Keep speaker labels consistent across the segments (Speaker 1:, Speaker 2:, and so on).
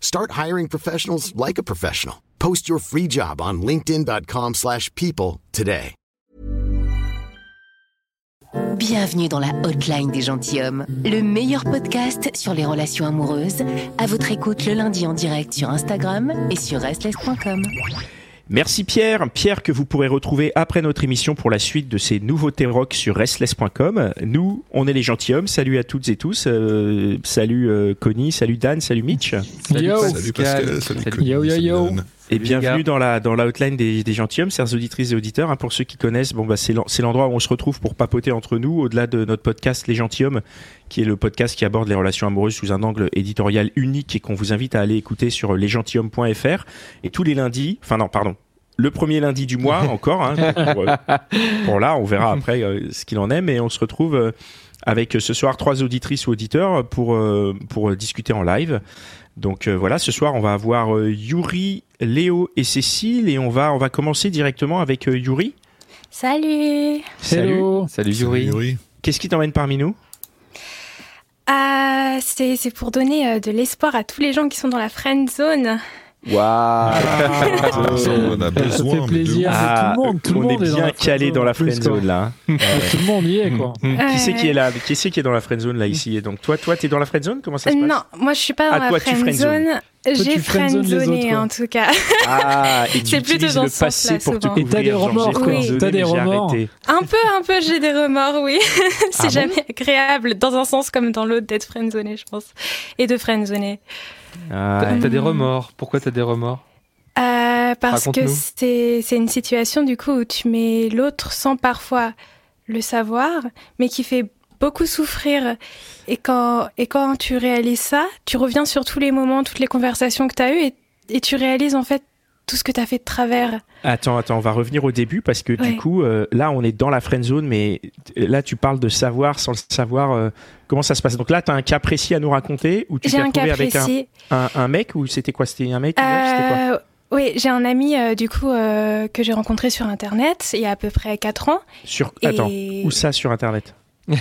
Speaker 1: Start hiring professionals like a professional. Post your free job on linkedin.com slash people today.
Speaker 2: Bienvenue dans la hotline des gentilshommes, le meilleur podcast sur les relations amoureuses. À votre écoute le lundi en direct sur Instagram et sur restless.com.
Speaker 3: Merci Pierre, Pierre que vous pourrez retrouver après notre émission pour la suite de ces nouveautés rock sur restless.com. Nous, on est les gentilshommes. Salut à toutes et tous. Euh, salut euh, Connie, salut Dan, salut Mitch.
Speaker 4: Salut yo,
Speaker 5: Pascal, salut Pascal, salut Connie,
Speaker 4: yo, yo,
Speaker 5: salut
Speaker 4: yo.
Speaker 5: Dan.
Speaker 3: Et bienvenue dans la dans la outline des, des gentilshommes, chers auditrices et auditeurs. hein, pour ceux qui connaissent, bon bah c'est l'en- c'est l'endroit où on se retrouve pour papoter entre nous, au-delà de notre podcast Les gentilshommes, qui est le podcast qui aborde les relations amoureuses sous un angle éditorial unique et qu'on vous invite à aller écouter sur lesgentilshommes.fr. Et tous les lundis, enfin non, pardon, le premier lundi du mois encore. Hein, pour, euh, pour là, on verra après euh, ce qu'il en est, mais on se retrouve. euh, avec euh, ce soir trois auditrices ou auditeurs pour, euh, pour euh, discuter en live. Donc euh, voilà, ce soir on va avoir euh, Yuri, Léo et Cécile et on va, on va commencer directement avec euh, Yuri.
Speaker 6: Salut
Speaker 4: Hello.
Speaker 7: Salut Yuri.
Speaker 3: Qu'est-ce qui t'emmène parmi nous
Speaker 6: Ah, C'est c'est pour donner euh, de l'espoir à tous les gens qui sont dans la friend zone.
Speaker 5: Ah, ça, on en a
Speaker 4: Ça
Speaker 5: besoin.
Speaker 4: fait
Speaker 5: mais de
Speaker 4: plaisir.
Speaker 5: ouf.
Speaker 4: Ah, tout le monde- tout le
Speaker 3: on
Speaker 4: monde
Speaker 3: est
Speaker 4: est dans
Speaker 3: bien
Speaker 4: la
Speaker 3: calé
Speaker 4: friendzone,
Speaker 3: dans la
Speaker 4: en plus,
Speaker 3: friendzone
Speaker 4: quoi.
Speaker 3: là. hein.
Speaker 4: Ah, Tout le monde y est, quoi.
Speaker 6: Mm.
Speaker 3: Hum, Qui c'est qui
Speaker 6: Euh.
Speaker 3: est là Qui c'est qui est dans la friendzone là ici Et donc toi, toi, t'es dans la friendzone Comment ça se passe
Speaker 6: Euh, non, moi je suis pas
Speaker 3: Ah,
Speaker 6: dans
Speaker 3: toi,
Speaker 6: la
Speaker 3: tu
Speaker 6: friend zone. J'ai
Speaker 4: tu friendzone
Speaker 6: friend
Speaker 4: les autres,
Speaker 6: zoné
Speaker 4: quoi.
Speaker 6: en tout cas.
Speaker 3: Ah, et tu
Speaker 6: C'est plutôt
Speaker 3: utilises
Speaker 6: dans
Speaker 3: le
Speaker 6: ce sens-là,
Speaker 3: passé pour te
Speaker 6: souvent.
Speaker 3: couvrir.
Speaker 4: Et t'as des
Speaker 3: genre, j'ai
Speaker 4: remords,
Speaker 6: quoi.
Speaker 3: friendzonné,
Speaker 4: T'as des
Speaker 3: mais j'ai
Speaker 4: remords.
Speaker 3: arrêté.
Speaker 6: Un peu, un peu, j'ai des remords, oui.
Speaker 3: Ah
Speaker 6: C'est
Speaker 3: bon
Speaker 6: jamais agréable, dans un sens comme dans l'autre, d'être friend zoné, je pense. Et de friend zoné.
Speaker 3: Ah,
Speaker 7: T'as t'as des remords. Pourquoi t'as des remords
Speaker 6: Euh, parce que
Speaker 7: Raconte-nous.
Speaker 6: c'est c'est une situation du coup où tu mets l'autre sans parfois le savoir, mais qui fait beaucoup souffrir. Et quand, et quand tu réalises ça, tu reviens sur tous les moments, toutes les conversations que tu as eues et, et tu réalises en fait tout ce que tu as fait de travers.
Speaker 3: Attends, attends, on va revenir au début parce que du
Speaker 6: Ouais.
Speaker 3: coup, euh, là, on est dans la friend zone, mais t- là, tu parles de savoir sans le savoir. euh, comment ça se passe Donc là, tu as un cas précis à nous raconter où tu t'es
Speaker 6: J'ai un cas
Speaker 3: retrouvé avec un,
Speaker 6: précis.
Speaker 3: un, un mec ou c'était quoi C'était un mec une meuf, c'était quoi
Speaker 6: Euh, oui, j'ai un ami euh, du coup euh, que j'ai rencontré sur internet il y a à peu près 4 ans.
Speaker 3: Sur
Speaker 6: Et
Speaker 3: attends, où ça sur internet
Speaker 6: euh,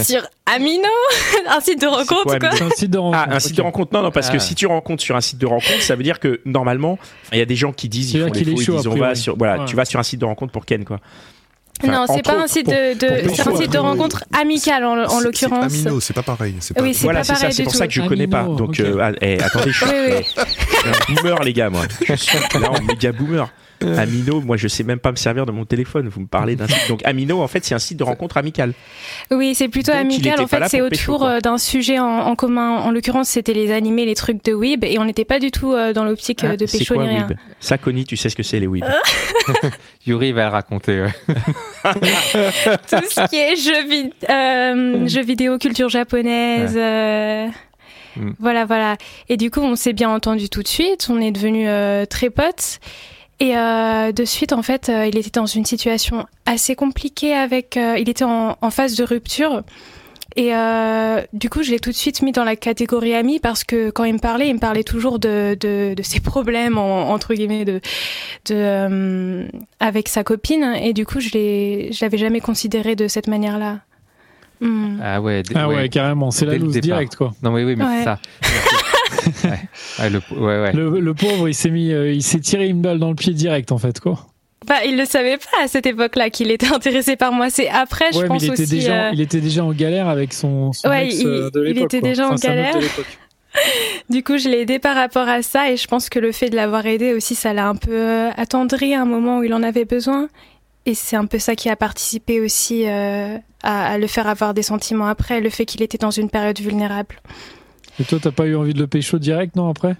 Speaker 6: sur Amino, un site de rencontre
Speaker 3: quoi,
Speaker 6: quoi.
Speaker 3: Amino
Speaker 4: C'est un site de rencontre.
Speaker 3: Ah, un site de
Speaker 4: Oh, Ok.
Speaker 3: rencontre Non, non, parce que
Speaker 7: Ah.
Speaker 3: si tu rencontres sur un site de rencontre, ça veut dire que normalement, il y a des gens qui disent,
Speaker 4: C'est
Speaker 3: ils
Speaker 4: là
Speaker 3: font les
Speaker 4: qu'il est
Speaker 3: fous, ils
Speaker 4: chaud,
Speaker 3: disent,
Speaker 4: a
Speaker 3: on va
Speaker 4: priori.
Speaker 3: sur, voilà,
Speaker 4: Ouais.
Speaker 3: tu vas sur un site de rencontre pour Ken quoi. Enfin,
Speaker 6: non, c'est
Speaker 3: entre
Speaker 6: pas un
Speaker 3: autres,
Speaker 6: site
Speaker 3: pour-
Speaker 6: de,
Speaker 3: pour
Speaker 6: de- c'est
Speaker 5: perso,
Speaker 6: un site
Speaker 5: après, oui.
Speaker 6: de rencontre amicale en, en
Speaker 5: C'est-
Speaker 6: l'occurrence.
Speaker 5: C'est Amino, c'est pas pareil. C'est
Speaker 6: Oui,
Speaker 5: pas-
Speaker 6: c'est
Speaker 3: Voilà,
Speaker 6: pas
Speaker 3: c'est ça,
Speaker 6: pareil
Speaker 3: c'est
Speaker 6: du
Speaker 3: pour
Speaker 6: tout.
Speaker 3: ça que je connais pas.
Speaker 4: Amino,
Speaker 3: Donc,
Speaker 4: ok.
Speaker 3: euh, ah, eh, attendez, je suis,
Speaker 6: Oui, oui.
Speaker 3: je suis un boomer, les gars, moi. Je suis là en méga boomer. Amino, moi, je sais même pas me servir de mon téléphone. Vous me parlez d'un site. Donc, Amino, en fait, c'est un site de rencontre amicale.
Speaker 6: Oui, c'est plutôt
Speaker 3: Donc, il
Speaker 6: amical.
Speaker 3: était
Speaker 6: En
Speaker 3: pas là
Speaker 6: fait, c'est
Speaker 3: pour pécho,
Speaker 6: autour
Speaker 3: quoi.
Speaker 6: euh, d'un sujet en, en commun. En l'occurrence, c'était les animés, les trucs de Weeb, et on n'était pas du tout euh, dans l'optique euh, de
Speaker 3: Ah, c'est
Speaker 6: pécho
Speaker 3: quoi,
Speaker 6: ni rien.
Speaker 3: Weeb Ça, Connie, tu sais ce que c'est, les Weeb.
Speaker 7: Yuri va le raconter. ouais.
Speaker 6: Tout ce qui est jeux, vid- euh, jeux vidéo, culture japonaise. euh,
Speaker 7: Mm.
Speaker 6: Voilà, voilà. Et du coup, on s'est bien entendu tout de suite. On est devenus euh, très potes. Et euh, de suite, en fait, euh, il était dans une situation assez compliquée avec. euh, il était en, en phase de rupture. Et euh, du coup, je l'ai tout de suite mis dans la catégorie ami parce que quand il me parlait, il me parlait toujours de, de, de ses problèmes, en- entre guillemets, de, de, euh, avec sa copine. Et du coup, je l'ai- je l'avais jamais considéré de cette manière-là. Hmm.
Speaker 7: Ah ouais. d-
Speaker 4: Ah ouais, carrément. C'est la
Speaker 7: Dès le
Speaker 4: loose
Speaker 7: départ.
Speaker 4: direct, quoi.
Speaker 7: Non, oui, oui, mais
Speaker 6: Ouais.
Speaker 7: c'est ça. Merci. ouais. Ouais, le, ouais, ouais.
Speaker 4: Le, le pauvre, il s'est mis, euh, il s'est tiré une balle dans le pied direct, en fait, quoi.
Speaker 6: Bah, il le savait pas à cette époque-là qu'il était intéressé par moi. C'est après, je
Speaker 4: ouais, mais
Speaker 6: pense
Speaker 4: il était
Speaker 6: aussi.
Speaker 4: déjà,
Speaker 6: euh,
Speaker 4: il était déjà en galère avec son, son
Speaker 6: Ouais,
Speaker 4: ex
Speaker 6: il-
Speaker 4: euh, de
Speaker 6: il
Speaker 4: l'époque.
Speaker 6: était
Speaker 4: quoi.
Speaker 6: déjà en
Speaker 4: Enfin, sa meuf de
Speaker 6: galère.
Speaker 4: l'époque.
Speaker 6: Du coup, je l'ai aidé par rapport à ça et je pense que le fait de l'avoir aidé aussi, ça l'a un peu euh, attendri à un moment où il en avait besoin. Et c'est un peu ça qui a participé aussi euh, à, à le faire avoir des sentiments après, le fait qu'il était dans une période vulnérable.
Speaker 4: Et toi, t'as pas eu envie de le pécho direct, non, après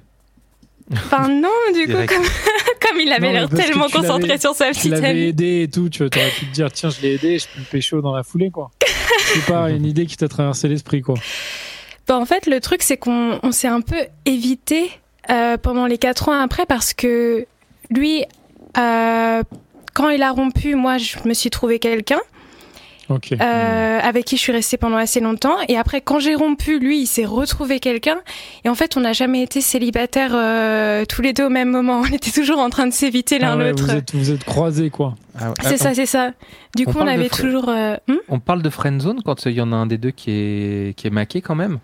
Speaker 6: Enfin non, du coup,
Speaker 7: Direct.
Speaker 6: comme, comme il avait
Speaker 4: Non, mais
Speaker 6: l'air
Speaker 4: parce que
Speaker 6: tellement
Speaker 4: tu l'avais-
Speaker 6: concentré sur sa
Speaker 4: Tu
Speaker 6: petite
Speaker 4: l'avais
Speaker 6: amie.
Speaker 4: aidé et tout, tu vois, t'aurais pu te dire, tiens, je l'ai aidé, je peux le pécho dans la foulée, quoi. C'est pas une idée qui t'a traversé l'esprit, quoi.
Speaker 6: Bah, en fait, le truc, c'est qu'on on s'est un peu évité euh, pendant les quatre ans après parce que lui, euh, quand il a rompu, moi, je me suis trouvé quelqu'un
Speaker 4: Ok. Hmm.
Speaker 6: euh, avec qui je suis restée pendant assez longtemps. Et après, quand j'ai rompu, lui, il s'est retrouvé quelqu'un. Et en fait, on n'a jamais été célibataires euh, tous les deux au même moment. On était toujours en train de s'éviter l'un
Speaker 4: Ah ouais,
Speaker 6: l'autre.
Speaker 4: Vous êtes, vous êtes croisés, quoi.
Speaker 7: Ah ouais.
Speaker 6: C'est ça, c'est ça. Du
Speaker 7: On
Speaker 6: coup, on
Speaker 7: parle de
Speaker 6: avait
Speaker 7: fr-
Speaker 6: toujours. euh, hmm
Speaker 7: On parle de friendzone quand il y en a un des deux qui est, qui est maqué quand même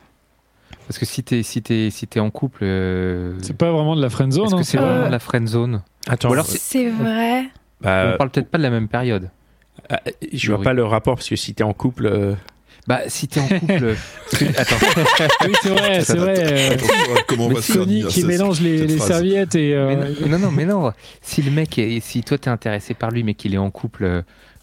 Speaker 7: Parce que si t'es si es, si t'es en couple, euh,
Speaker 4: C'est pas vraiment de la friendzone,
Speaker 7: est-ce
Speaker 4: hein,
Speaker 7: que c'est
Speaker 4: ça.
Speaker 6: Euh.
Speaker 7: vraiment de la friendzone
Speaker 3: Attends,
Speaker 7: Ou alors c'est-
Speaker 6: c'est vrai.
Speaker 3: bah,
Speaker 5: Euh.
Speaker 7: On parle peut-être pas de la même période.
Speaker 3: ah, je vois pas le rapport parce que si t'es en couple, euh,
Speaker 7: Bah si t'es en couple... parce que- Attends.
Speaker 4: Oui, c'est vrai, c'est vrai. euh,
Speaker 5: Comment on va se faire
Speaker 4: Sony
Speaker 5: dire
Speaker 4: qui
Speaker 5: ça,
Speaker 4: mélange les,
Speaker 5: cette
Speaker 4: les
Speaker 5: phrase.
Speaker 4: serviettes et. euh,
Speaker 7: Mais non, non, non, mais non. Si le mec, est, si toi t'es intéressé par lui, mais qu'il est en couple, euh,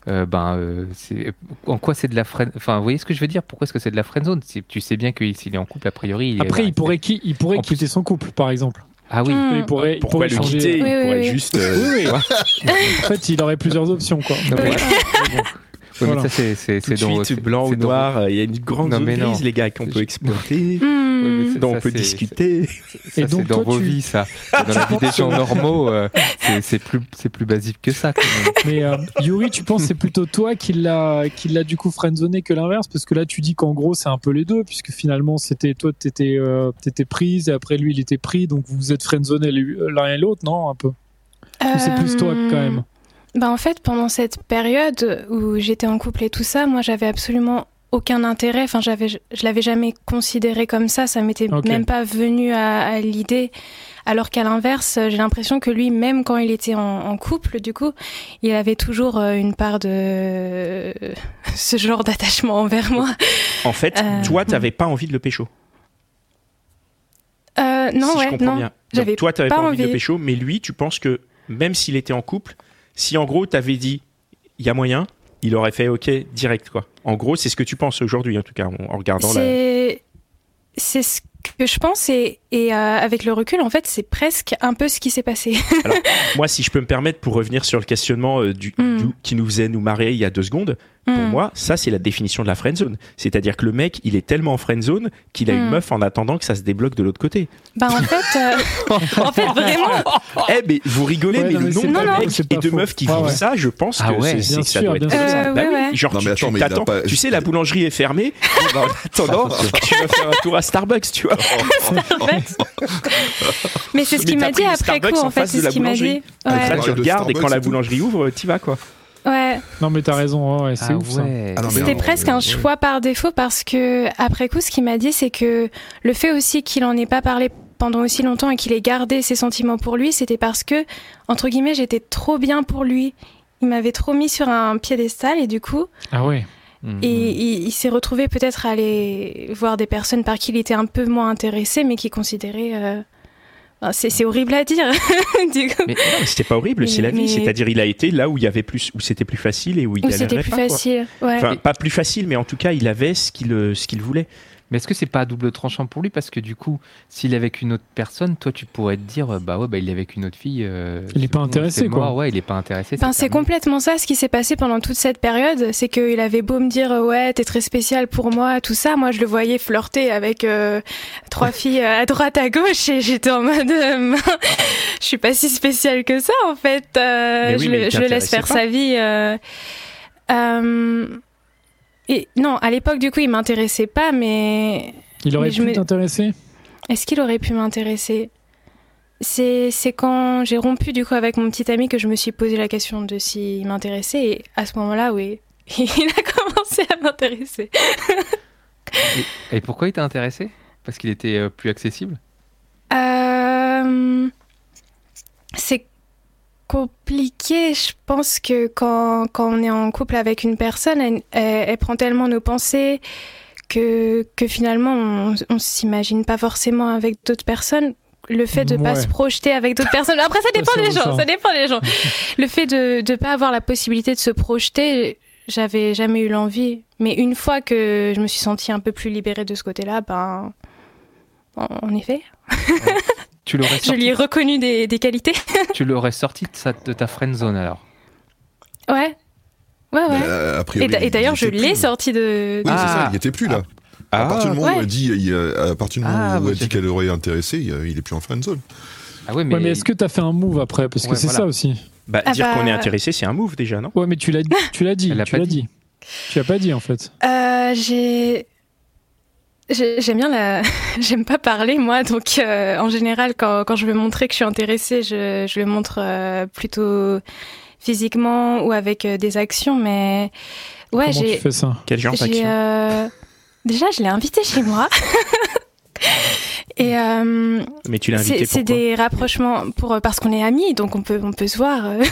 Speaker 7: euh, ben, euh, c'est- en quoi c'est de la friend Enfin, vous voyez ce que je veux dire Pourquoi est-ce que c'est de la friendzone Si- Tu sais bien que s'il est en couple, a priori. est-
Speaker 4: Après, il pourrait, qui, il pourrait
Speaker 7: En plus-
Speaker 4: quitter son couple, par exemple.
Speaker 7: Ah oui.
Speaker 6: Hmm.
Speaker 4: Il pourrait, il
Speaker 3: pourquoi
Speaker 4: pourrait
Speaker 3: le
Speaker 4: changer.
Speaker 3: quitter
Speaker 6: Oui,
Speaker 3: Il
Speaker 6: oui,
Speaker 3: pourrait
Speaker 6: oui.
Speaker 3: juste. euh,
Speaker 4: Oui, oui. en fait, il aurait plusieurs options, quoi.
Speaker 7: Non, mais- mais bon. Ouais, mais
Speaker 4: Voilà.
Speaker 7: ça, c'est- c'est
Speaker 3: tout
Speaker 7: c'est
Speaker 3: de
Speaker 7: dans-
Speaker 3: suite
Speaker 7: c'est-
Speaker 3: blanc
Speaker 7: c'est
Speaker 3: ou
Speaker 7: dans-
Speaker 3: noir, euh, il y a une grande
Speaker 7: Non,
Speaker 3: zone
Speaker 7: mais non.
Speaker 3: grise, les gars, qu'on peut exploiter,
Speaker 6: Hmm.
Speaker 7: Ouais, mais c'est-
Speaker 3: dont
Speaker 7: ça,
Speaker 3: on peut
Speaker 7: c'est-
Speaker 3: discuter.
Speaker 7: Ça,
Speaker 4: Et
Speaker 7: c'est
Speaker 4: donc,
Speaker 7: dans
Speaker 4: toi,
Speaker 7: vos
Speaker 4: tu-
Speaker 7: vies, ça. Dans la vie des gens normaux, euh, c'est- c'est plus, c'est plus basique que ça. quand même.
Speaker 4: Mais euh, Yuri, tu penses que c'est plutôt toi qui l'a, qui l'a du coup friendzoné que l'inverse Parce que là, tu dis qu'en gros, c'est un peu les deux, puisque finalement, c'était toi, t'étais, euh, t'étais prise, et après lui, il était pris, donc vous vous êtes friendzoné l'un et l'autre, non Un peu. Ou c'est plus toi
Speaker 6: Euh,
Speaker 4: quand même
Speaker 6: Bah en fait, pendant cette période où j'étais en couple et tout ça, moi j'avais absolument aucun intérêt. Enfin, j'avais, je l'avais jamais considéré comme ça. Ça m'était
Speaker 4: Ok.
Speaker 6: même pas venu à, à l'idée. Alors qu'à l'inverse, j'ai l'impression que lui, même quand il était en, en couple, du coup, il avait toujours euh, une part de ce genre d'attachement envers moi.
Speaker 3: En fait,
Speaker 6: Euh,
Speaker 3: toi, t'avais pas envie de le pécho.
Speaker 6: Euh, non,
Speaker 3: si
Speaker 6: ouais,
Speaker 3: je comprends
Speaker 6: non.
Speaker 3: bien. Donc,
Speaker 6: j'avais
Speaker 3: toi, t'avais pas,
Speaker 6: pas
Speaker 3: envie, de
Speaker 6: envie.
Speaker 3: pécho, mais lui, tu penses que même s'il était en couple, si en gros t'avais dit il y a moyen, il aurait fait ok direct quoi. En gros, c'est ce que tu penses aujourd'hui en tout cas en, en regardant la.
Speaker 6: C'est c'est ce que je pense et, et euh, avec le recul, en fait, c'est presque un peu ce qui s'est passé.
Speaker 3: Moi, si je peux me permettre pour revenir sur le questionnement euh, du,
Speaker 6: Mm.
Speaker 3: du- qui nous faisait nous marrer il y a deux secondes, pour
Speaker 6: Hmm.
Speaker 3: moi, ça c'est la définition de la friend zone. C'est-à-dire que le mec, il est tellement en friend zone qu'il a une
Speaker 6: Mm.
Speaker 3: meuf en attendant que ça se débloque de l'autre côté.
Speaker 6: Bah en fait, euh, en fait vraiment,
Speaker 3: Eh mais vous rigolez,
Speaker 4: Ouais,
Speaker 3: mais
Speaker 4: non,
Speaker 3: le
Speaker 4: mais c'est
Speaker 3: nombre
Speaker 4: pas
Speaker 3: de
Speaker 4: faux,
Speaker 3: mecs
Speaker 4: c'est
Speaker 3: et
Speaker 4: pas
Speaker 3: de
Speaker 4: faux.
Speaker 3: meufs qui
Speaker 4: Ah
Speaker 3: font
Speaker 4: ouais.
Speaker 3: ça, je pense
Speaker 7: Ah
Speaker 3: que
Speaker 7: ouais,
Speaker 3: c'est- c'est
Speaker 4: bien
Speaker 3: que ça
Speaker 4: sûr,
Speaker 3: doit être
Speaker 4: bien
Speaker 3: comme
Speaker 6: sûr.
Speaker 3: ça.
Speaker 6: Euh,
Speaker 3: Bah
Speaker 6: ouais,
Speaker 3: oui,
Speaker 6: ouais.
Speaker 3: Genre
Speaker 5: Non,
Speaker 3: tu-
Speaker 5: mais
Speaker 3: tu
Speaker 5: attends, mais il a
Speaker 3: t'attends,
Speaker 5: pas-
Speaker 3: tu sais la boulangerie est fermée. Bon, bah, en attendant, tu vas faire un tour à Starbucks, tu vois.
Speaker 6: mais c'est ce
Speaker 3: Mais
Speaker 6: qu'il
Speaker 3: t'as
Speaker 6: m'a
Speaker 3: pris
Speaker 6: dit
Speaker 3: le
Speaker 6: après
Speaker 3: Starbucks
Speaker 6: coup.
Speaker 3: en
Speaker 6: En fait,
Speaker 3: face
Speaker 6: c'est
Speaker 3: de
Speaker 6: ce
Speaker 3: la
Speaker 6: qu'il m'a
Speaker 3: boulangerie. Ah, Comme ça,
Speaker 6: dit. Ouais,
Speaker 3: tu
Speaker 5: Ouais, le
Speaker 3: regardes et quand la
Speaker 5: Starbucks et tout.
Speaker 3: boulangerie ouvre, tu vas quoi.
Speaker 6: ouais.
Speaker 4: Non, mais t'as raison, ouais, c'est
Speaker 7: Ah
Speaker 4: ouf ça.
Speaker 7: ouais.
Speaker 5: Ah non, mais
Speaker 6: C'était
Speaker 5: non,
Speaker 6: presque
Speaker 5: euh,
Speaker 6: un
Speaker 5: ouais.
Speaker 6: choix par défaut parce que après coup, ce qu'il m'a dit, c'est que le fait aussi qu'il en ait pas parlé pendant aussi longtemps et qu'il ait gardé ses sentiments pour lui, c'était parce que entre guillemets, j'étais trop bien pour lui. Il m'avait trop mis sur un piédestal et du coup,
Speaker 4: Ah ouais.
Speaker 7: Mhm.
Speaker 6: et il, il s'est retrouvé peut-être à aller voir des personnes par qui il était un peu moins intéressé, mais qui considérait. euh, enfin, c'est c'est horrible à dire. du coup.
Speaker 7: Mais-
Speaker 3: Non, mais C'était pas horrible,
Speaker 6: Mais-
Speaker 3: c'est la vie.
Speaker 6: mais-
Speaker 3: C'est-à-dire il a été là où il y avait plus, où c'était plus facile et où il
Speaker 6: Ou
Speaker 3: galérait
Speaker 6: c'était plus
Speaker 3: pas, quoi.
Speaker 6: facile. Ouais.
Speaker 3: Enfin, pas plus facile, mais en tout cas, il avait ce qu'il euh, ce qu'il voulait.
Speaker 7: Mais est-ce que c'est pas à double tranchant pour lui Parce que du coup, s'il est avec une autre personne, toi tu pourrais te dire, euh, bah ouais, bah, il est avec une autre fille. euh,
Speaker 4: Il est pas
Speaker 7: c'est bon,
Speaker 4: intéressé,
Speaker 7: c'est mort,
Speaker 4: quoi.
Speaker 7: Ouais, il est pas intéressé.
Speaker 6: Enfin, Ben, c'est
Speaker 7: terminé.
Speaker 6: complètement ça ce qui s'est passé pendant toute cette période. C'est qu'il avait beau me dire euh, ouais t'es très spécial pour moi tout ça, moi je le voyais flirter avec euh, trois filles euh, à droite à gauche et j'étais en mode euh, je suis pas si spéciale que ça en fait. Euh,
Speaker 3: Mais oui,
Speaker 6: je,
Speaker 3: mais
Speaker 6: le,
Speaker 3: il
Speaker 6: je le laisse
Speaker 3: t'intéressait
Speaker 6: faire
Speaker 3: pas.
Speaker 6: sa vie. euh. Euh, Et non à l'époque du coup il m'intéressait pas mais
Speaker 4: Il aurait
Speaker 6: Mais je
Speaker 4: pu
Speaker 6: me-
Speaker 4: t'intéresser
Speaker 6: est-ce qu'il aurait pu m'intéresser C'est c'est quand j'ai rompu du coup avec mon petit ami que je me suis posé la question de s'il m'intéressait et à ce moment-là, oui, il a commencé à m'intéresser.
Speaker 7: Et pourquoi il t'a intéressé Parce qu'il était euh, plus accessible
Speaker 6: Euh, C'est compliqué, je pense que quand, quand on est en couple avec une personne, elle, elle- elle prend tellement nos pensées que, que finalement, on, on s'imagine pas forcément avec d'autres personnes. Le fait de pas
Speaker 4: Ouais.
Speaker 6: se projeter avec d'autres personnes. Après, ça dépend
Speaker 4: c'est
Speaker 6: des
Speaker 4: bon,
Speaker 6: gens.
Speaker 4: ça.
Speaker 6: Ça dépend des gens. Le fait de ne pas avoir la possibilité de se projeter, j'avais jamais eu l'envie. Mais une fois que je me suis sentie un peu plus libérée de ce côté-là, ben, en, en effet,
Speaker 7: Tu l'aurais
Speaker 6: je
Speaker 7: sorti,
Speaker 6: lui ai reconnu des, des qualités.
Speaker 7: tu l'aurais sorti de, sa- de ta friend zone alors.
Speaker 6: Ouais. Ouais, ouais.
Speaker 5: Euh, a
Speaker 6: Et
Speaker 5: priori,
Speaker 6: d'a- Et,
Speaker 5: il
Speaker 6: d'ailleurs,
Speaker 5: était
Speaker 6: je l'ai
Speaker 5: plus.
Speaker 6: sorti de.
Speaker 5: Oui,
Speaker 6: de-
Speaker 5: c'est ça,
Speaker 7: Ah.
Speaker 5: il n'y était plus là.
Speaker 3: Ah,
Speaker 5: à partir du moment où
Speaker 6: ouais.
Speaker 5: elle dit, il, euh, à partir du moment
Speaker 7: Ah,
Speaker 5: où
Speaker 7: oui,
Speaker 5: elle dit
Speaker 7: c'est-
Speaker 5: qu'elle aurait intéressé, il euh, il est plus en friendzone.
Speaker 7: Ah ouais, mais,
Speaker 4: Ouais, mais est-ce que t'as fait un move après Parce que
Speaker 7: Ouais,
Speaker 4: c'est
Speaker 7: voilà.
Speaker 4: ça aussi.
Speaker 3: Bah,
Speaker 6: Ah
Speaker 3: dire
Speaker 6: bah-
Speaker 3: qu'on est intéressé, c'est un move déjà, non
Speaker 4: Ouais, mais tu l'as, tu l'as dit.
Speaker 7: Elle l'a
Speaker 4: tu
Speaker 7: pas
Speaker 4: l'as
Speaker 7: dit.
Speaker 4: dit. Tu l'as pas dit en fait.
Speaker 6: Euh, j'ai. j'ai- J'aime bien la. J'aime pas parler, moi, donc euh, en général, quand, quand je veux montrer que je suis intéressée, je, je le montre euh, plutôt physiquement ou avec euh, des actions, mais. Ouais,
Speaker 4: Comment tu
Speaker 6: j'ai.
Speaker 4: fais ça
Speaker 3: Quel genre
Speaker 6: j'ai,
Speaker 3: d'action
Speaker 6: euh, Déjà, je l'ai invité chez moi. Et euh,
Speaker 3: Mais tu l'as invité
Speaker 6: c'est c'est
Speaker 3: pourquoi
Speaker 6: des rapprochements pour euh, parce qu'on est amis, donc on peut on peut se voir. euh,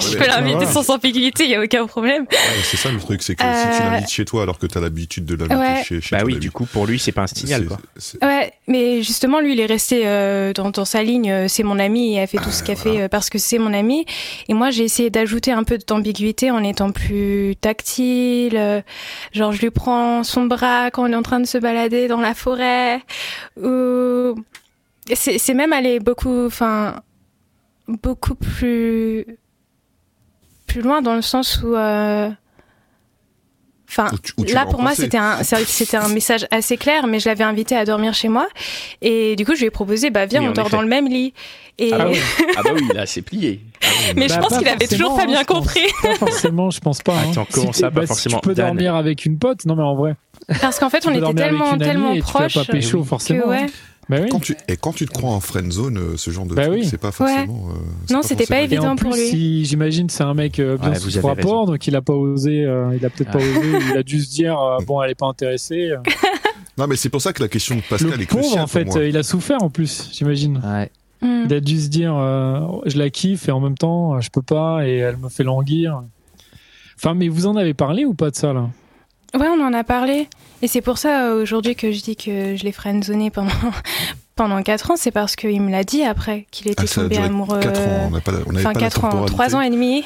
Speaker 6: je peux
Speaker 5: Ouais,
Speaker 6: l'inviter
Speaker 5: voilà.
Speaker 6: sans ambiguïté, il y a aucun problème.
Speaker 5: Ouais, c'est ça le truc, c'est que si tu
Speaker 6: Euh,
Speaker 5: l'invites chez toi alors que t'as l'habitude de l'inviter
Speaker 6: Ouais.
Speaker 5: chez, chez
Speaker 3: Bah
Speaker 5: ton
Speaker 3: oui,
Speaker 5: ami,
Speaker 3: du coup, pour lui, c'est pas un
Speaker 5: c'est-
Speaker 3: signal, quoi.
Speaker 5: c'est-
Speaker 6: Ouais, mais justement, lui, il est resté euh, dans, dans sa ligne. euh, C'est mon ami, et elle fait tout ce qu'elle fait euh, parce que c'est mon ami. Et moi, j'ai essayé d'ajouter un peu d'ambiguïté en étant plus tactile. euh, genre, je lui prends son bras quand on est en train de se balader dans la forêt. Ou c'est c'est même aller beaucoup, enfin, beaucoup plus plus loin dans le sens où. euh, Enfin,
Speaker 5: Ou tu- ou tu
Speaker 6: là
Speaker 5: l'as
Speaker 6: pour moi
Speaker 5: embrassé.
Speaker 6: c'était un c'est- c'était un message assez clair, mais je l'avais invité à dormir chez moi et du coup je lui ai proposé bah viens
Speaker 3: Oui, en
Speaker 6: on dort
Speaker 3: effet.
Speaker 6: dans le même lit. Et
Speaker 3: Ah, oui. ah bah oui, là, c'est plié.
Speaker 6: mais je
Speaker 4: Bah,
Speaker 6: pense
Speaker 4: pas
Speaker 6: qu'il avait toujours
Speaker 4: forcément,
Speaker 6: pas
Speaker 4: hein,
Speaker 6: bien
Speaker 4: je pense.
Speaker 6: compris
Speaker 4: Pas forcément, je pense
Speaker 5: Ah,
Speaker 4: pas. hein.
Speaker 3: Attends, comment
Speaker 4: Si
Speaker 3: ça,
Speaker 4: t'es-
Speaker 3: pas
Speaker 4: bah, si
Speaker 3: forcément,
Speaker 4: tu peux
Speaker 3: Dan
Speaker 4: dormir avec une pote, non mais en vrai.
Speaker 6: parce qu'en fait on
Speaker 4: Tu peux
Speaker 6: était
Speaker 4: dormir avec
Speaker 6: tellement
Speaker 4: une amie
Speaker 6: tellement
Speaker 4: et tu vas pas
Speaker 6: proches euh,
Speaker 4: pécho,
Speaker 6: que
Speaker 4: forcément.
Speaker 6: ouais.
Speaker 4: Bah oui.
Speaker 5: Quand tu, et quand tu te crois en friendzone, euh, ce genre de
Speaker 4: Bah
Speaker 5: truc,
Speaker 4: oui.
Speaker 5: c'est pas forcément. euh, c'est
Speaker 6: Non, c'était pas
Speaker 5: forcément-
Speaker 4: Et en
Speaker 6: évident
Speaker 4: plus,
Speaker 6: pour lui.
Speaker 4: si- j'imagine c'est un mec euh, bien
Speaker 3: Ouais, vous
Speaker 4: sous
Speaker 3: avez
Speaker 4: rapport,
Speaker 3: raison.
Speaker 4: donc il a pas osé, euh, il a peut-être pas osé, il a dû se dire euh, bon, elle est pas intéressée. euh.
Speaker 5: Non, mais c'est pour ça que la question de Pascal
Speaker 4: Le
Speaker 5: est
Speaker 4: pauvre
Speaker 5: cruciale.
Speaker 4: en fait,
Speaker 5: pour moi.
Speaker 4: euh, il a souffert en plus, j'imagine.
Speaker 7: Ouais.
Speaker 6: Hmm.
Speaker 4: Il a dû se dire euh, je la kiffe et en même temps euh, je peux pas et elle me fait languir. Enfin, mais vous en avez parlé ou pas de ça là
Speaker 6: Ouais, on en a parlé. Et c'est pour ça euh, aujourd'hui que je dis que je l'ai friendzonné pendant pendant 4 ans, c'est parce qu'il me l'a dit après qu'il était
Speaker 5: Ah, ça a
Speaker 6: tombé
Speaker 5: duré
Speaker 6: amoureux.
Speaker 5: 4 ans, on n'a pas, la- on n'avait
Speaker 6: Enfin
Speaker 5: pas la
Speaker 6: 4 ans, 3 ans
Speaker 5: temporalité.
Speaker 6: et demi.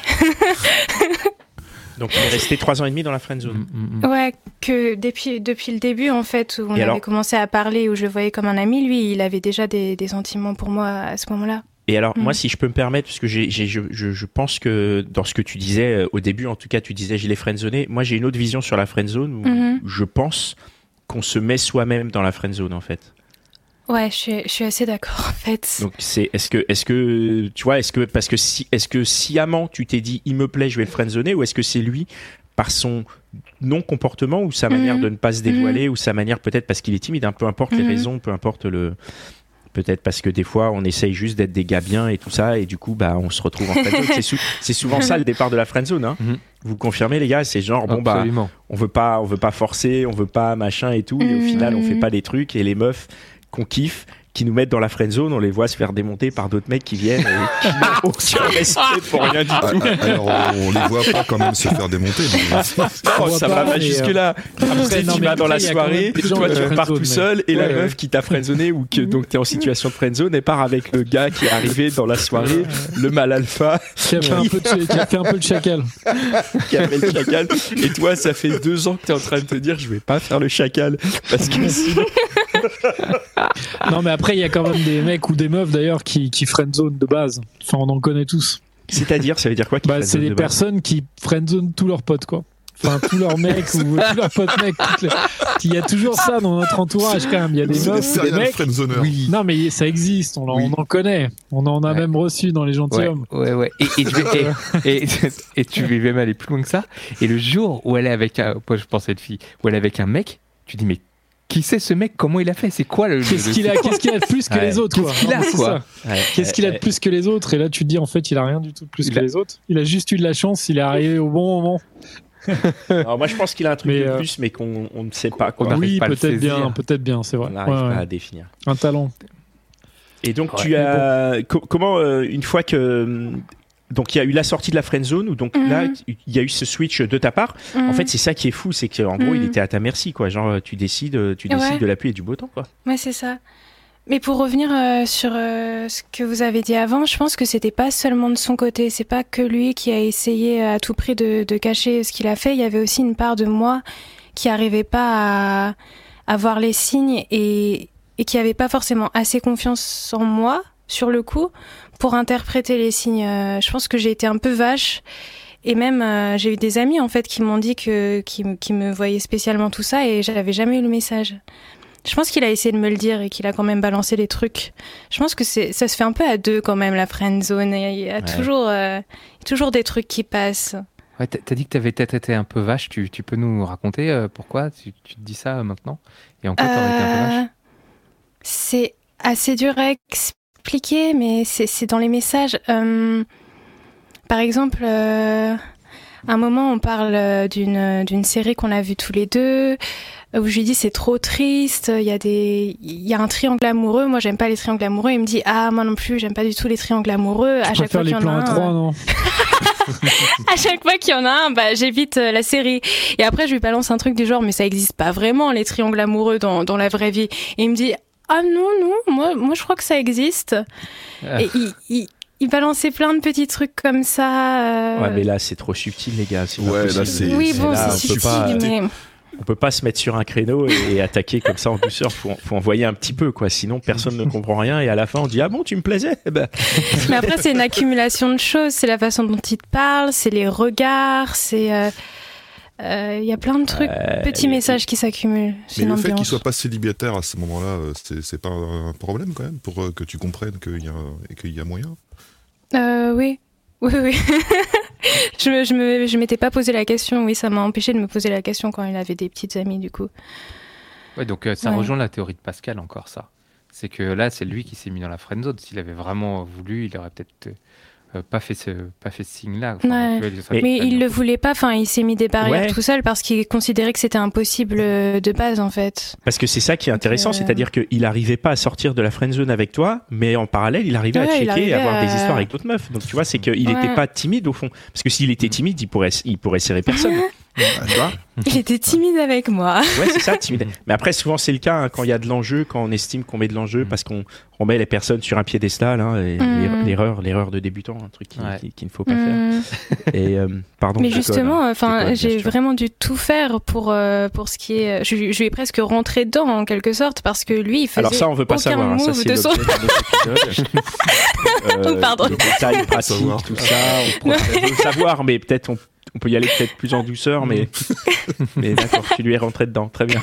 Speaker 3: Donc, il est resté trois ans et demi dans la friendzone.
Speaker 7: Mm, mm, mm.
Speaker 6: Ouais, que depuis depuis le début en fait où on
Speaker 3: Et
Speaker 6: avait
Speaker 3: alors
Speaker 6: commencé à parler où je le voyais comme un ami, lui, il avait déjà des, des sentiments pour moi à ce moment-là.
Speaker 3: Et alors,
Speaker 6: Mm.
Speaker 3: moi, si je peux me permettre, parce que j'ai, j'ai- je, je- je pense que dans ce que tu disais euh, au début, en tout cas, tu disais je l'ai friendzoné. Moi, j'ai une autre vision sur la friendzone où
Speaker 6: Mhm.
Speaker 3: je pense qu'on se met soi-même dans la friendzone, en fait.
Speaker 6: Ouais, je suis, je suis assez d'accord en fait.
Speaker 3: Donc, c'est, est-ce que, est-ce que, tu vois, est-ce que, parce que si, est-ce que sciemment tu t'es dit il me plaît, je vais le friendzoner, ou est-ce que c'est lui par son non-comportement ou sa
Speaker 6: Mhm.
Speaker 3: manière de ne pas se dévoiler ou sa manière peut-être parce qu'il est timide, hein, peu importe les
Speaker 6: Mhm.
Speaker 3: raisons, peu importe le. Peut-être parce que des fois, on essaye juste d'être des gars bien et tout ça, et du coup, bah, on se retrouve en friendzone. c'est, sou- c'est souvent ça le départ de la friendzone. Hein.
Speaker 7: Mhm.
Speaker 3: Vous confirmez, les gars C'est genre, bon, bah,
Speaker 7: Absolument.
Speaker 3: on veut pas, on veut pas forcer, on veut pas machin et tout, et au
Speaker 6: Mhm.
Speaker 3: final, on fait pas les trucs, et les meufs qu'on kiffe, qui nous mettent dans la friendzone, on les voit se faire démonter par d'autres mecs qui viennent et qui n'ont aucun respect pour rien du
Speaker 5: Ah,
Speaker 3: tout.
Speaker 5: ah, Alors, on les voit pas quand même se faire démonter. mais-
Speaker 3: Non,
Speaker 4: voit
Speaker 3: ça
Speaker 4: pas,
Speaker 3: va pas
Speaker 4: mais,
Speaker 3: jusque là. Après,
Speaker 4: non,
Speaker 3: tu
Speaker 4: mais
Speaker 3: vas dans la
Speaker 4: après, il y a quand même
Speaker 3: soirée,
Speaker 4: des gens
Speaker 3: toi
Speaker 4: qui
Speaker 3: tu pars
Speaker 4: friendzone,
Speaker 3: tout seul et la
Speaker 4: Ouais, Mm.
Speaker 3: meuf qui t'a friendzonné ou que donc t'es en situation de friendzone et part avec le gars qui est arrivé dans la soirée, le mal alpha
Speaker 4: qui a, fait un peu de, qui a fait un peu le chacal.
Speaker 3: qui appelle le chacal et toi ça fait deux ans que t'es en train de te dire je vais pas faire le chacal parce que sinon-
Speaker 4: Non, mais après, il y a quand même des mecs ou des meufs d'ailleurs qui, qui friendzone de base. Enfin, on en connaît tous.
Speaker 3: c'est-à-dire ça veut dire quoi qu'il
Speaker 4: Bah, c'est
Speaker 3: friendzone
Speaker 4: des
Speaker 3: de base
Speaker 4: personnes qui friendzone tous leurs potes, quoi. Enfin, tous leurs mecs ou tous leurs potes mecs. toutes les- Il y a toujours ça dans notre entourage, quand même. Il y a des
Speaker 5: C'est des
Speaker 4: meufs, des
Speaker 5: serial
Speaker 4: mecs.
Speaker 5: friendzoneurs.
Speaker 7: Oui.
Speaker 4: Non, mais ça existe, on, en-
Speaker 7: Oui.
Speaker 4: on en connaît. On en a
Speaker 7: Ouais.
Speaker 4: même reçu dans les
Speaker 7: Ouais,
Speaker 4: gentilshommes.
Speaker 7: ouais, ouais. Et, et, je vais- et- et- et tu vais même aller plus loin que ça. Et le jour où elle est avec un, moi je pense à cette fille, où elle est avec un mec, tu dis mais qui c'est ce mec Comment il a fait C'est quoi le
Speaker 4: Qu'est-ce
Speaker 7: le-
Speaker 4: qu'il a, qu'est-ce qu'il a de plus que
Speaker 7: Ouais.
Speaker 4: les autres, quoi.
Speaker 7: Qu'est-ce qu'il a,
Speaker 4: Non, mais c'est
Speaker 7: quoi
Speaker 4: ça.
Speaker 7: Ouais, Euh,
Speaker 4: Qu'est-ce qu'il a de plus que les autres Et là, tu te dis, en fait, il a rien du tout de plus
Speaker 7: Il
Speaker 4: que
Speaker 7: a-
Speaker 4: les autres. Il a juste eu de la chance, il est arrivé au bon moment.
Speaker 3: Alors, moi je pense qu'il a un truc
Speaker 4: Mais,
Speaker 3: de
Speaker 4: euh,
Speaker 3: plus mais qu'on on ne sait pas
Speaker 7: On
Speaker 3: quoi.
Speaker 7: n'arrive
Speaker 4: Ah Oui,
Speaker 7: pas à le
Speaker 4: peut-être bien,
Speaker 7: saisir.
Speaker 4: peut-être bien, c'est
Speaker 3: on
Speaker 4: vrai.
Speaker 3: n'arrive
Speaker 4: Ouais,
Speaker 3: pas à
Speaker 4: ouais.
Speaker 3: définir
Speaker 4: Un talent.
Speaker 3: et donc
Speaker 7: Ouais.
Speaker 3: tu as co- comment euh, le donc il y a eu la sortie de la friend zone où donc
Speaker 6: Mhm.
Speaker 3: là il y a eu ce switch de ta part. En
Speaker 6: Mm.
Speaker 3: fait, c'est ça qui est fou, c'est qu'en gros,
Speaker 6: Mhm.
Speaker 3: il était à ta merci quoi. Genre euh, tu décides tu
Speaker 6: Ouais.
Speaker 3: décides de la pluie et du beau temps quoi.
Speaker 6: Ouais, c'est ça. Mais pour revenir euh, sur euh, ce que vous avez dit avant, je pense que c'était pas seulement de son côté, c'est pas que lui qui a essayé euh, à tout prix de, de cacher ce qu'il a fait. Il y avait aussi une part de moi qui arrivait pas à, à voir les signes et, et qui avait pas forcément assez confiance en moi sur le coup pour interpréter les signes. Euh, je pense que j'ai été un peu vache et même euh, j'ai eu des amis en fait qui m'ont dit que qui, m- qui me voyaient spécialement tout ça et j'avais jamais eu le message. Je pense qu'il a essayé de me le dire et qu'il a quand même balancé les trucs. Je pense que c'est ça se fait un peu à deux quand même la friend zone. Il y a
Speaker 3: Ouais.
Speaker 6: toujours euh, toujours des trucs qui passent.
Speaker 7: Ouais, t'as t'as dit que t'avais peut-être été un peu vache. Tu, tu peux nous raconter euh, pourquoi tu, tu te dis ça euh, maintenant Et en quoi t'aurais été un peu vache
Speaker 6: Euh, C'est assez dur à expliquer, mais c'est c'est dans les messages. Euh, par exemple, euh, à un moment, on parle euh, d'une d'une série qu'on a vue tous les deux, où je lui dis c'est trop triste, il y, a des- il y a un triangle amoureux, moi j'aime pas les triangles amoureux, il me dit ah moi non plus, j'aime pas du tout les triangles amoureux, Bah, à
Speaker 4: Je
Speaker 6: chaque fois
Speaker 4: préfère
Speaker 6: qu'il
Speaker 4: les
Speaker 6: y en a
Speaker 4: plans à
Speaker 6: un.
Speaker 4: trois, non
Speaker 6: à chaque fois qu'il y en a un, bah, j'évite euh, la série. Et après, je lui balance un truc du genre, mais ça existe pas vraiment, les triangles amoureux dans, dans la vraie vie. Et il me dit, ah non, non, moi, moi, je crois que ça existe.
Speaker 7: Ah.
Speaker 6: Et il, il, il balançait plein de petits trucs comme ça. euh,
Speaker 3: Ouais, mais là c'est trop subtil les gars, c'est pas
Speaker 5: Ouais, là,
Speaker 3: possible.
Speaker 5: c'est-
Speaker 6: oui, bon,
Speaker 3: là,
Speaker 6: c'est
Speaker 3: on peut pas-
Speaker 6: subtil, mais
Speaker 3: on peut pas se mettre sur un créneau et, et attaquer comme ça en douceur. Faut, faut envoyer un petit peu, quoi. Sinon, personne ne comprend rien. Et à la fin, on dit ah bon, tu me plaisais. Eh ben,
Speaker 6: Mais après, c'est une accumulation de choses. C'est la façon dont il te parle, c'est les regards, c'est. euh, euh, Il y a plein de trucs,
Speaker 3: euh,
Speaker 6: petits messages qui s'accumulent. C'est
Speaker 5: Mais le fait qu'il
Speaker 6: l'ambiance.
Speaker 5: soit pas célibataire à ce moment-là, euh, c'est- c'est pas un problème quand même pour euh, que tu comprennes qu'il y, a- et qu'il y a moyen.
Speaker 6: Euh, oui. Oui, oui. je me- je me- je m'étais pas posé la question. Oui, ça m'a empêché de me poser la question quand il avait des petites amies, du coup.
Speaker 7: Ouais, donc euh, ça
Speaker 6: Ouais.
Speaker 7: rejoint la théorie de Pascal encore, ça. C'est que là, c'est lui qui s'est mis dans la friendzone. S'il avait vraiment voulu, il aurait peut-être euh, pas fait ce, pas fait ce signe-là.
Speaker 6: Ouais.
Speaker 7: tu vois, il serait
Speaker 6: Mais
Speaker 7: peut-être
Speaker 6: il
Speaker 7: pas
Speaker 6: le voulait pas. Enfin, il s'est mis des barrières
Speaker 3: Ouais.
Speaker 6: tout seul parce qu'il considérait que c'était impossible euh, de base, en fait.
Speaker 3: Parce que c'est ça qui est intéressant,
Speaker 6: euh,
Speaker 3: c'est-à-dire qu'il arrivait pas à sortir de la friend zone avec toi, mais en parallèle, il arrivait à
Speaker 6: Ouais, il
Speaker 3: checker et
Speaker 6: arrivait
Speaker 3: avoir des
Speaker 6: à-
Speaker 3: histoires avec d'autres meufs. Donc tu vois, c'est qu'il n'était
Speaker 6: Ouais.
Speaker 3: pas timide au fond. Parce que s'il était
Speaker 7: Mm.
Speaker 3: timide, il pourrait, il pourrait serrer personne. tu vois
Speaker 6: Il était timide avec moi.
Speaker 3: Ouais, c'est ça, timide. Mais après, souvent, c'est le cas hein, quand il y a de l'enjeu, quand on estime qu'on met de l'enjeu,
Speaker 7: Mm.
Speaker 3: parce qu'on on met les personnes sur un piédestal. Hein, et
Speaker 6: Mm.
Speaker 3: L'erreur, l'erreur de débutant, un truc qui-
Speaker 7: Ouais.
Speaker 3: qui- qu'il ne faut pas faire.
Speaker 6: Hmm.
Speaker 3: Et euh, pardon.
Speaker 6: Mais
Speaker 3: je déconne,
Speaker 6: justement,
Speaker 3: hein. Je
Speaker 6: enfin,
Speaker 3: déconne,
Speaker 6: j'ai
Speaker 3: bien sûr.
Speaker 6: vraiment dû tout faire pour euh, pour ce qui est. Je, lui- je lui ai presque rentré dedans en quelque sorte parce que lui, il faisait
Speaker 3: Alors ça, on veut pas
Speaker 6: aucun
Speaker 3: savoir. hein. Ça,
Speaker 6: move
Speaker 3: c'est
Speaker 6: de son. Oh,
Speaker 3: l'objet d'un autre épisode. Euh,
Speaker 6: Pardon.
Speaker 3: Le détail pratique,
Speaker 5: Savoir.
Speaker 3: tout ça. On peut on peut savoir, mais peut-être on, on peut y aller peut-être plus en douceur, mais mais d'accord, tu lui es rentré dedans, très bien.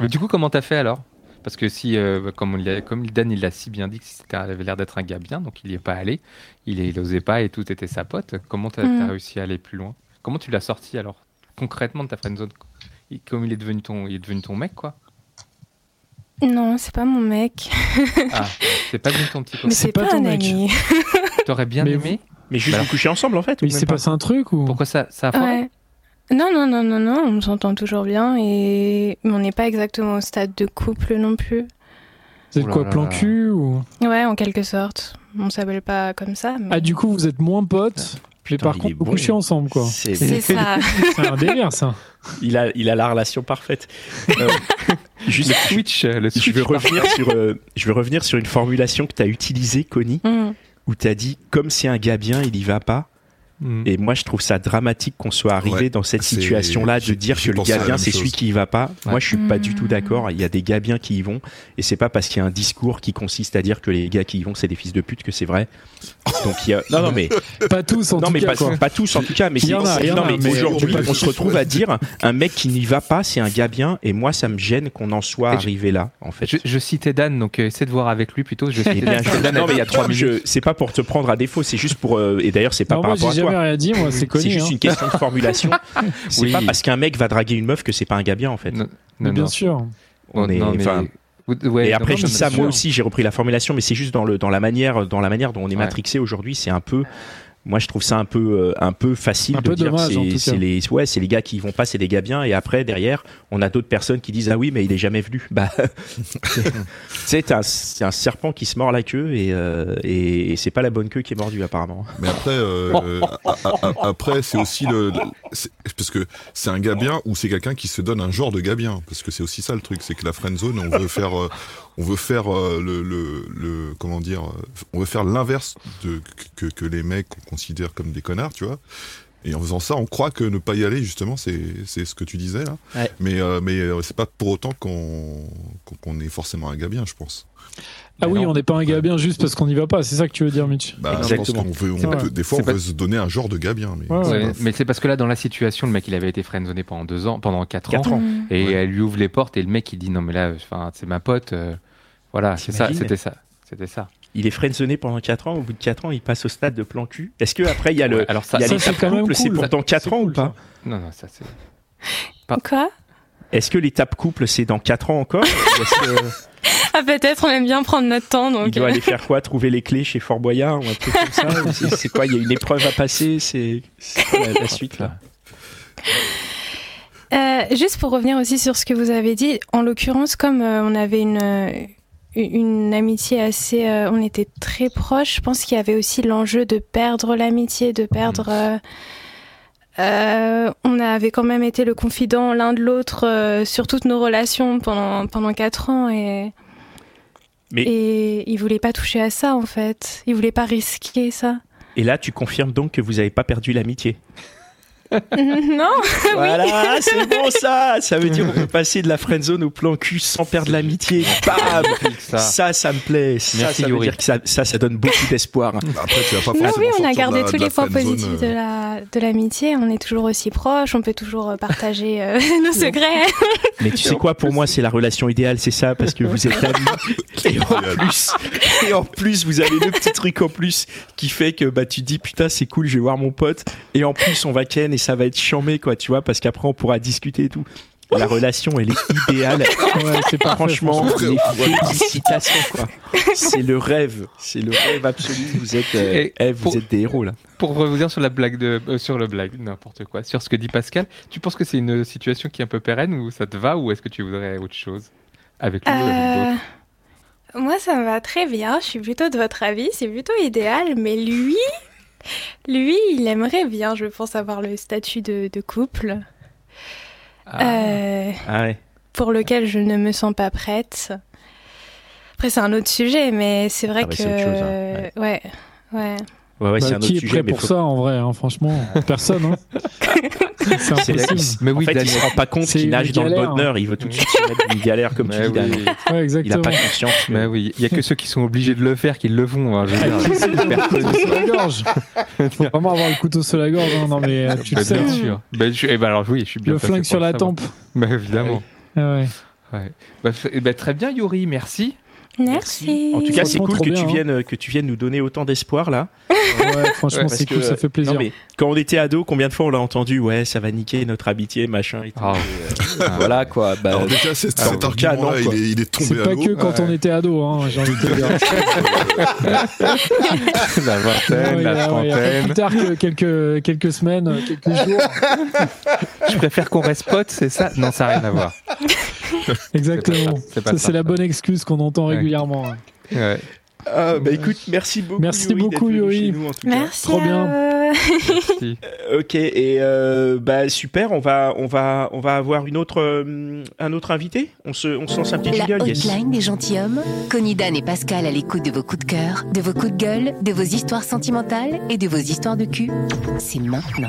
Speaker 7: Mais du coup, comment t'as fait alors Parce que si, euh, comme, on l'a- comme Dan il l'a si bien dit, que c'était, il avait l'air d'être un gars bien, donc il n'y est pas allé, il, est- il osait pas et tout était sa pote. Comment t'as,
Speaker 6: Mm.
Speaker 7: t'as réussi à aller plus loin Comment tu l'as sorti alors concrètement de ta friendzone Il- Comme il est devenu ton, il est devenu ton mec quoi
Speaker 6: Non, c'est pas mon mec.
Speaker 7: Ah, c'est pas devenu ton petit
Speaker 6: Mais
Speaker 7: copain.
Speaker 6: c'est
Speaker 4: pas
Speaker 6: pas,
Speaker 4: ton
Speaker 6: un
Speaker 4: mec.
Speaker 6: ami.
Speaker 7: T'aurais bien
Speaker 4: Mais
Speaker 7: aimé
Speaker 3: Mais juste
Speaker 7: Bah.
Speaker 3: vous coucher ensemble en fait. ou
Speaker 4: Mais il
Speaker 3: même
Speaker 4: s'est
Speaker 3: pas
Speaker 4: passé un truc ou
Speaker 7: Pourquoi ça, ça a foiré
Speaker 6: Ouais. Non, non, non, non, non, on s'entend toujours bien et mais on n'est pas exactement au stade de couple non plus.
Speaker 4: C'est
Speaker 3: Oh
Speaker 7: Ouh là
Speaker 4: quoi,
Speaker 7: là
Speaker 4: plan
Speaker 7: là.
Speaker 4: cul ou...
Speaker 6: Ouais, en quelque sorte. On s'appelle pas comme ça, mais
Speaker 4: Ah, du coup, vous êtes moins potes, mais
Speaker 3: Putain, il
Speaker 4: par
Speaker 3: est
Speaker 4: contre, vous
Speaker 3: bon.
Speaker 4: couchez ensemble, quoi.
Speaker 3: C'est-
Speaker 6: c'est ça.
Speaker 4: C'est un délire, ça.
Speaker 3: Il a il a la relation parfaite. Euh, juste,
Speaker 7: Le switch, euh, le
Speaker 3: je
Speaker 7: switch.
Speaker 3: veux revenir sur euh, je veux revenir sur une formulation que t'as utilisée, Connie,
Speaker 6: Mm.
Speaker 3: où t'as dit comme c'est un gars bien, il y va pas.
Speaker 7: Mm.
Speaker 3: Et moi, je trouve ça dramatique qu'on soit arrivé
Speaker 5: Ouais,
Speaker 3: dans cette
Speaker 5: c'est-
Speaker 3: situation-là de
Speaker 5: j'ai-
Speaker 3: dire
Speaker 5: j'ai
Speaker 3: que le
Speaker 5: pensé à
Speaker 3: gars
Speaker 5: la
Speaker 3: bien,
Speaker 5: même
Speaker 3: c'est
Speaker 5: chose.
Speaker 3: celui qui y va pas. Moi,
Speaker 7: Ouais.
Speaker 3: je suis pas du
Speaker 6: Mmh.
Speaker 3: tout d'accord. Il y a des gars bien qui y vont, et c'est pas parce qu'il y a un discours qui consiste à dire que les gars qui y vont, c'est des fils de pute que c'est vrai. Donc il y a non, non mais
Speaker 4: Pas tous, en
Speaker 3: non
Speaker 4: tout
Speaker 3: mais
Speaker 4: cas,
Speaker 3: pas,
Speaker 4: quoi.
Speaker 3: pas tous en tout cas, mais
Speaker 4: Il y
Speaker 3: c'est-
Speaker 4: en a, il y en
Speaker 3: non
Speaker 4: a,
Speaker 3: mais,
Speaker 4: mais
Speaker 3: aujourd'hui,
Speaker 4: on peut
Speaker 3: on
Speaker 4: pas
Speaker 3: se retrouve à dire un mec qui n'y va pas, c'est un gars bien, et moi, ça me gêne qu'on en soit
Speaker 7: Et je-
Speaker 3: arrivé là, en fait.
Speaker 7: Je, je citais Dan, donc euh, essaie de voir avec lui plutôt. Je citais
Speaker 3: Eh bien,
Speaker 7: Dan.
Speaker 3: je- non mais il y a trois minutes. C'est pas pour te prendre à défaut, c'est juste pour. euh, et d'ailleurs, c'est pas
Speaker 4: Non,
Speaker 3: par
Speaker 4: moi,
Speaker 3: rapport
Speaker 4: j'ai
Speaker 3: à toi.
Speaker 4: jamais rien dit, moi, c'est
Speaker 3: C'est
Speaker 4: connu.
Speaker 3: juste
Speaker 4: hein.
Speaker 3: une question de formulation. c'est
Speaker 7: Oui.
Speaker 3: pas parce qu'un mec va draguer une meuf que c'est pas un gars bien en fait.
Speaker 7: Non,
Speaker 4: Mais
Speaker 7: non,
Speaker 4: bien
Speaker 7: non. Oh,
Speaker 4: sûr.
Speaker 3: On est-
Speaker 7: non, mais-
Speaker 3: enfin,
Speaker 7: Ouais,
Speaker 3: et
Speaker 7: non,
Speaker 3: après
Speaker 7: non,
Speaker 3: je dis
Speaker 7: mais
Speaker 3: ça
Speaker 7: bien
Speaker 3: moi
Speaker 7: sûr.
Speaker 3: aussi j'ai repris la formulation mais c'est juste dans le dans la manière dans la manière dont on est
Speaker 7: Ouais.
Speaker 3: matrixé aujourd'hui c'est un peu Moi, je trouve ça un peu, euh, un peu facile
Speaker 4: Un
Speaker 3: de
Speaker 4: peu
Speaker 3: dire
Speaker 4: dommage, en
Speaker 3: c'est
Speaker 4: tout
Speaker 3: c'est
Speaker 4: cas.
Speaker 3: les, ouais, c'est les gars qui y vont pas, c'est les gars bien. Et après, derrière, on a d'autres personnes qui disent ah oui, mais il est jamais venu. Bah, c'est un, c'est un serpent qui se mord la queue et, euh, et, et c'est pas la bonne queue qui est mordue apparemment.
Speaker 5: Mais après, euh, euh, a- a- a- après c'est aussi le. le- c'est- Parce que c'est un gars bien ou c'est quelqu'un qui se donne un genre de gars bien. Parce que c'est aussi ça le truc, c'est que la friend zone, on veut faire, euh, on veut faire euh, le, le, le- Comment dire euh, On veut faire l'inverse de que, que les mecs qu'on considère comme des connards, tu vois. Et en faisant ça, on croit que ne pas y aller, justement, c'est c'est ce que tu disais là.
Speaker 8: Ouais.
Speaker 5: Mais, euh, mais euh, c'est pas pour autant qu'on qu'on- qu'on est forcément un gars bien, je pense.
Speaker 4: Ah
Speaker 7: Mais
Speaker 4: oui,
Speaker 7: non.
Speaker 4: on n'est pas un gars bien juste parce qu'on n'y va pas, c'est ça que tu veux dire, Mitch
Speaker 5: Bah, je pense
Speaker 3: Exactement.
Speaker 5: qu'on veut, on
Speaker 4: C'est pas-
Speaker 5: peut- des fois,
Speaker 7: c'est
Speaker 5: on
Speaker 7: pas-
Speaker 5: veut se donner un genre de gars bien. Mais...
Speaker 4: Ouais,
Speaker 3: hein.
Speaker 4: ouais.
Speaker 7: Ouais, mais c'est parce que là, dans la situation, le mec, il avait été friendzonné pendant deux ans, pendant quatre,
Speaker 3: Quatre
Speaker 7: ans,
Speaker 3: ans.
Speaker 6: Mm.
Speaker 7: et
Speaker 5: Ouais.
Speaker 7: elle lui ouvre les portes, et le mec, il dit non, mais là, enfin, c'est ma pote, euh, voilà, c'est ça,
Speaker 3: T'imagines
Speaker 7: c'était ça, c'était ça.
Speaker 3: Il est freinzonné pendant 4 ans. Au bout de 4 ans, il passe au stade de plan cul. Est-ce que après il y a le,
Speaker 7: Ouais, alors ça,
Speaker 3: il y a
Speaker 4: ça,
Speaker 3: l'étape
Speaker 4: c'est quand même
Speaker 3: couple, c'est
Speaker 4: cool.
Speaker 3: pourtant 4 ans ou pas
Speaker 7: non, non, ça c'est.
Speaker 6: Quoi
Speaker 3: Est-ce que l'étape couple, c'est dans 4 ans encore Ou est-ce que-
Speaker 6: Ah peut-être, on aime bien prendre notre temps, donc...
Speaker 3: Il doit
Speaker 6: euh,
Speaker 3: aller faire quoi Trouver les clés chez Fort Boyard ou un truc comme ça Ou c'est- C'est quoi Il y a une épreuve à passer C'est c'est quoi la, la suite là
Speaker 6: Euh, juste pour revenir aussi sur ce que vous avez dit, en l'occurrence, comme euh, on avait une, euh, une amitié assez. euh, on était très proches, je pense qu'il y avait aussi l'enjeu de perdre l'amitié, de perdre. euh, euh, on avait quand même été le confident l'un de l'autre euh, sur toutes nos relations pendant, pendant 4 ans et.
Speaker 3: Mais-
Speaker 6: Et il voulait pas toucher à ça en fait. Il voulait pas risquer ça.
Speaker 3: Et là, tu confirmes donc que vous n'avez pas perdu l'amitié.
Speaker 6: non,
Speaker 3: Voilà, c'est bon ça Ça veut dire qu'on peut passer de la friendzone au plan cul sans perdre l'amitié. Bam
Speaker 7: Ça.
Speaker 3: ça, ça me plaît. Ça,
Speaker 7: Merci,
Speaker 3: ça veut
Speaker 7: Yuri.
Speaker 3: dire que ça, ça, ça donne beaucoup d'espoir.
Speaker 5: Bah, Après, tu vas pas forcément
Speaker 6: Non, Bah Ah oui, on a
Speaker 5: sortir
Speaker 6: gardé
Speaker 5: de la-
Speaker 6: tous
Speaker 5: de la
Speaker 6: les points
Speaker 5: friendzone,
Speaker 6: positifs de
Speaker 5: euh,
Speaker 6: la de l'amitié. On est toujours aussi proches. On peut toujours euh, partager euh, nos secrets.
Speaker 3: Mais tu sais quoi, pour moi, c'est la relation idéale, c'est ça, parce que vous êtes amis. Et en plus, et en plus, vous avez le petit truc en plus qui fait que bah tu te dis putain, c'est cool, je vais voir mon pote. Et en plus, on va ken et ça va être chambé, quoi, tu vois, parce qu'après, on pourra discuter et tout. La relation, elle est idéale.
Speaker 4: Ouais, c'est parfait,
Speaker 3: Franchement,
Speaker 5: franchement.
Speaker 3: mais félicitations, quoi. C'est le rêve, c'est le rêve absolu. Vous êtes, euh,
Speaker 7: Et
Speaker 3: eh, vous
Speaker 7: pour-
Speaker 3: êtes des héros là.
Speaker 7: Pour revenir sur la blague de, euh, sur le blague, n'importe quoi, sur ce que dit Pascal, tu penses que c'est une situation qui est un peu pérenne ou ça te va ou est-ce que tu voudrais autre chose avec lui ou avec
Speaker 6: Euh,
Speaker 7: d'autres
Speaker 6: moi, ça me va très bien. Je suis plutôt de votre avis. C'est plutôt idéal. Mais lui, lui, il aimerait bien, je pense, avoir le statut de, de couple
Speaker 7: Ah.
Speaker 6: euh,
Speaker 3: Ah ouais.
Speaker 6: pour lequel je ne me sens pas prête. Après, c'est un autre sujet, mais c'est vrai
Speaker 3: Ah bah,
Speaker 6: que
Speaker 3: c'est autre chose, hein.
Speaker 6: ouais, ouais.
Speaker 3: Ouais, ouais,
Speaker 4: Bah,
Speaker 3: c'est un autre
Speaker 4: qui est
Speaker 3: sujet,
Speaker 4: prêt
Speaker 3: mais
Speaker 4: pour
Speaker 3: faut-
Speaker 4: ça en vrai, hein, franchement Personne. hein. c'est
Speaker 3: C'est là
Speaker 4: impossible.
Speaker 3: qu'il-
Speaker 7: Mais
Speaker 3: en
Speaker 7: oui,
Speaker 3: fait, il se
Speaker 7: Daniel.
Speaker 3: rend pas compte
Speaker 4: C'est
Speaker 3: qu'il
Speaker 4: une
Speaker 3: nage dans le
Speaker 4: galère. hein.
Speaker 3: bonheur. Il veut tout de suite se mettre dans une galère, comme
Speaker 4: Bah
Speaker 3: tu
Speaker 7: Mais
Speaker 3: dis,
Speaker 7: oui.
Speaker 3: Daniel.
Speaker 4: Ouais,
Speaker 3: Il n'a
Speaker 4: exactement.
Speaker 3: pas conscience. mais-
Speaker 7: Mais oui, il n'y a que ceux qui sont obligés de le faire qui le font. hein, je veux dire.
Speaker 4: couteau sur la gorge. Faut vraiment avoir le couteau sur la gorge. hein. Non, mais euh, tu le
Speaker 7: Bah,
Speaker 4: sais.
Speaker 7: bien
Speaker 4: hein.
Speaker 7: sûr. Bah, je- eh ben, alors oui, je suis bien
Speaker 4: Le
Speaker 7: placé
Speaker 4: flingue
Speaker 7: pour
Speaker 4: sur
Speaker 7: le
Speaker 4: la
Speaker 7: savoir.
Speaker 4: tempe.
Speaker 7: Bah, évidemment.
Speaker 4: Ah ouais.
Speaker 7: Bah, f- eh ben, très bien, Yuri, merci.
Speaker 6: Merci.
Speaker 3: En tout cas, c'est
Speaker 4: Franchement,
Speaker 3: cool
Speaker 4: trop
Speaker 3: que
Speaker 4: bien,
Speaker 3: tu
Speaker 4: hein.
Speaker 3: viennes euh, que tu viennes nous donner autant d'espoir là.
Speaker 4: Ouais, franchement,
Speaker 3: Ouais, parce
Speaker 4: c'est cool,
Speaker 3: que-
Speaker 4: ça fait plaisir.
Speaker 3: Non mais quand on était ado, combien de fois on l'a entendu Ouais, ça va niquer notre amitié, machin. Et tout.
Speaker 7: Ah.
Speaker 3: Ah, Voilà quoi. Bah,
Speaker 5: Alors déjà, c'est-
Speaker 3: alors,
Speaker 5: cet
Speaker 3: en tout cas,
Speaker 5: argument-là,
Speaker 3: non,
Speaker 5: il
Speaker 3: quoi.
Speaker 5: est, il est tombé
Speaker 4: C'est
Speaker 5: à
Speaker 4: pas
Speaker 5: l'eau.
Speaker 4: que quand on était ado, hein, j'ai envie de te dire.
Speaker 7: la vingtaine,
Speaker 4: Ouais,
Speaker 7: la
Speaker 4: ouais, ouais, après,
Speaker 7: trentaine.
Speaker 4: Plus tard que quelques, quelques semaines, euh, quelques jours.
Speaker 7: Je préfère qu'on reste potes, c'est ça Non, ça n'a rien à voir.
Speaker 4: Exactement.
Speaker 7: C'est pas
Speaker 4: Ça,
Speaker 7: ça.
Speaker 4: c'est la bonne excuse qu'on entend
Speaker 7: Ouais.
Speaker 4: régulièrement. hein.
Speaker 7: Ouais.
Speaker 3: Ah, bah écoute, merci beaucoup.
Speaker 4: Merci
Speaker 3: Yuri, d'être
Speaker 4: beaucoup,
Speaker 3: venu
Speaker 4: Yuri.
Speaker 3: chez nous, en tout cas.
Speaker 6: Merci.
Speaker 4: Trop
Speaker 6: à
Speaker 4: bien.
Speaker 6: vous.
Speaker 7: Merci.
Speaker 3: Euh, Ok et euh, bah super. On va on va on va avoir une autre euh, un autre invité. On se on se lance un petit
Speaker 2: La
Speaker 3: jingle. Yes.
Speaker 2: hotline des gentilshommes, Conidan et Pascal à l'écoute de vos coups de cœur, de vos coups de gueule, de vos histoires sentimentales et de vos histoires de cul. C'est maintenant.